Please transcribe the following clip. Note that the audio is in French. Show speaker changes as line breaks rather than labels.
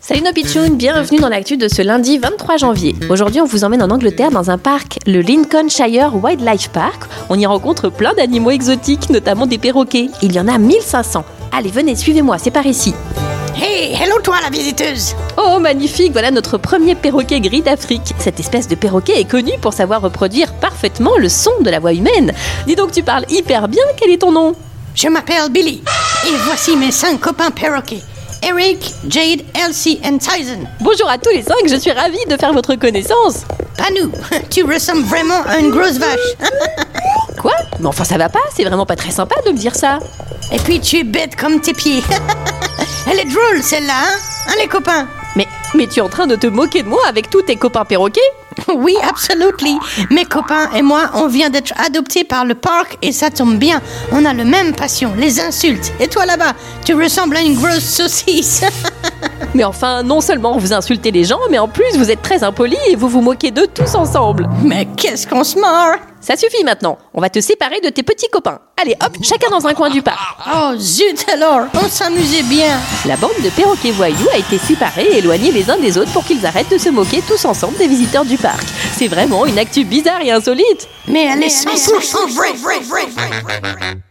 Salut nos pitchounes, bienvenue dans l'actu de ce lundi 23 janvier. Aujourd'hui, on vous emmène en Angleterre dans un parc, le Lincolnshire Wildlife Park. On y rencontre plein d'animaux exotiques, notamment des perroquets. Il y en a 1500. Allez, venez, suivez-moi, c'est par ici.
Hey, hello toi la visiteuse
Oh, magnifique, voilà notre premier perroquet gris d'Afrique. Cette espèce de perroquet est connue pour savoir reproduire parfaitement le son de la voix humaine. Dis donc, tu parles hyper bien, quel est ton nom
Je m'appelle Billy et voici mes cinq copains perroquets. Eric, Jade, Elsie et Tyson.
Bonjour à tous les cinq, je suis ravie de faire votre connaissance.
Pas nous, tu ressembles vraiment à une grosse vache. hein?
Quoi Mais enfin, ça va pas, c'est vraiment pas très sympa de me dire ça.
Et puis tu es bête comme tes pieds. Elle est drôle celle-là, hein, hein les copains
Mais, mais tu es en train de te moquer de moi avec tous tes copains perroquets
Oui, absolutely. Mes copains et moi, on vient d'être adoptés par le parc et ça tombe bien. On a le même passion, les insultes. Et toi là-bas, tu ressembles à une grosse saucisse.
Mais enfin, non seulement vous insultez les gens, mais en plus vous êtes très impolis et vous vous moquez d'eux tous ensemble.
Mais qu'est-ce qu'on se marre
Ça suffit maintenant, on va te séparer de tes petits copains. Allez hop, chacun dans un coin du parc.
Oh zut alors, on s'amusait bien.
La bande de perroquets voyous a été séparée et éloignée les uns des autres pour qu'ils arrêtent de se moquer tous ensemble des visiteurs du parc. C'est vraiment une actu bizarre et insolite.
Mais elle est 100% vraie, vraie, vraie, vraie.